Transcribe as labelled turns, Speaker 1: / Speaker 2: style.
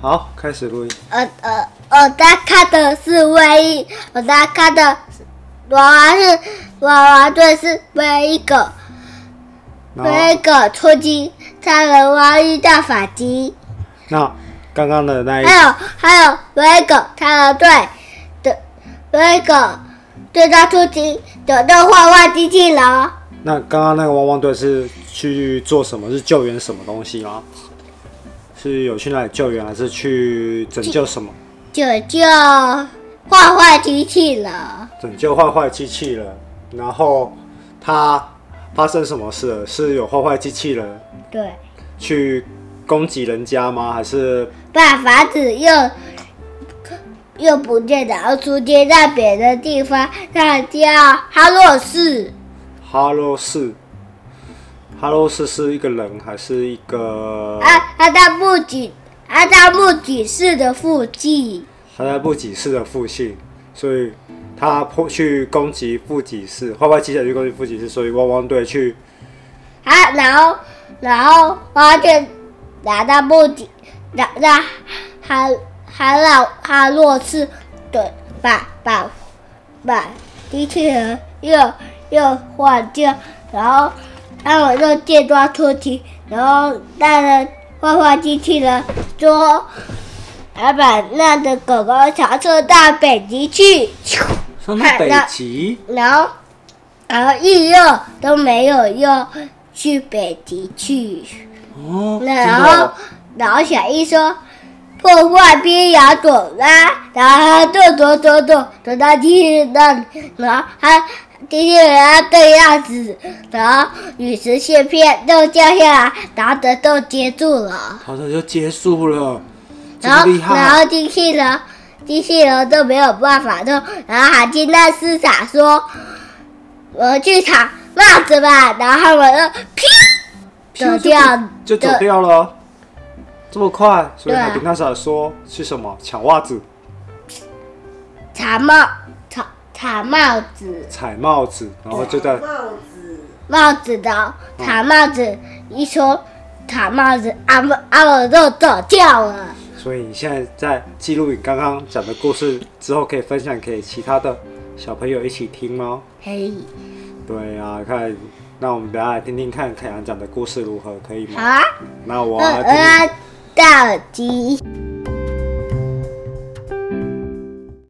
Speaker 1: 好，开始录音。
Speaker 2: 呃呃，我在看的是唯一，我在看的是娃娃是娃娃队是唯一个
Speaker 1: 然
Speaker 2: 唯一
Speaker 1: 后，
Speaker 2: 个出击杀人蛙遇到法击，
Speaker 1: 那刚刚的那一
Speaker 2: 还有还有唯一个杀人队的唯一个最大出击的动画化机器人，
Speaker 1: 那刚刚那个汪汪队是去做什么？是救援什么东西吗？是有去那里救援，还是去拯救什么？
Speaker 2: 就就画画机器人。
Speaker 1: 拯救坏坏机器人。然后他发生什么事了？是有坏坏机器人
Speaker 2: 对，
Speaker 1: 去攻击人家吗？还是
Speaker 2: 把房子又又不见了，然后出现在别的地方，那叫哈洛市。
Speaker 1: 哈喽四？哈喽四是一个人还是一个？
Speaker 2: 啊，他在木吉，他在木吉市的附近。
Speaker 1: 他在布吉市的附近，所以他破去攻击布吉市，坏坏机器人去攻击布吉市，所以汪汪队去
Speaker 2: 啊，然后然后他就拿到木吉，拿那哈哈老哈洛市的把把把机器人又又换掉，然后他们又借抓出题，然后带着画画机器人说。还把那的狗狗调测到北极去，
Speaker 1: 上
Speaker 2: 到北
Speaker 1: 极。
Speaker 2: 然后，然后一热都没有用，去北极去。
Speaker 1: 哦，
Speaker 2: 然后，然后小易说破坏冰崖走啦，然后他走走走走走到机器人那里，然后他机器人对样子，然后陨石碎片都掉下来，然后人都接住了，
Speaker 1: 好的就结束了，这
Speaker 2: 然
Speaker 1: 么
Speaker 2: 后
Speaker 1: 厉害。
Speaker 2: 然后机器人机器人都没有办法动，然后还进那市场说，我去抢帽子吧，然后他们就
Speaker 1: 咻
Speaker 2: 飘走掉，
Speaker 1: 啊就走
Speaker 2: 的
Speaker 1: 掉了，这么快，所以
Speaker 2: 对啊
Speaker 1: 海迪娜莎说去什么抢袜子、
Speaker 2: 茶帽茶茶帽子
Speaker 1: 踩帽子，然后就在
Speaker 2: 啊
Speaker 3: 帽子，
Speaker 2: 帽子的
Speaker 1: 嗯
Speaker 2: 茶帽子，一说茶帽子，啊阿姆阿姆就走掉了。
Speaker 1: 所以你现在在记录你刚刚讲的故事之后，可以分享给其他的小朋友一起听哦。
Speaker 2: 嘿，
Speaker 1: 对啊，看，那我们等下来听听看凯阳讲的故事如何，可以
Speaker 2: 好
Speaker 1: 吗？
Speaker 2: 啊，
Speaker 1: 那我
Speaker 2: 我
Speaker 1: 要听听
Speaker 2: 要到鸡。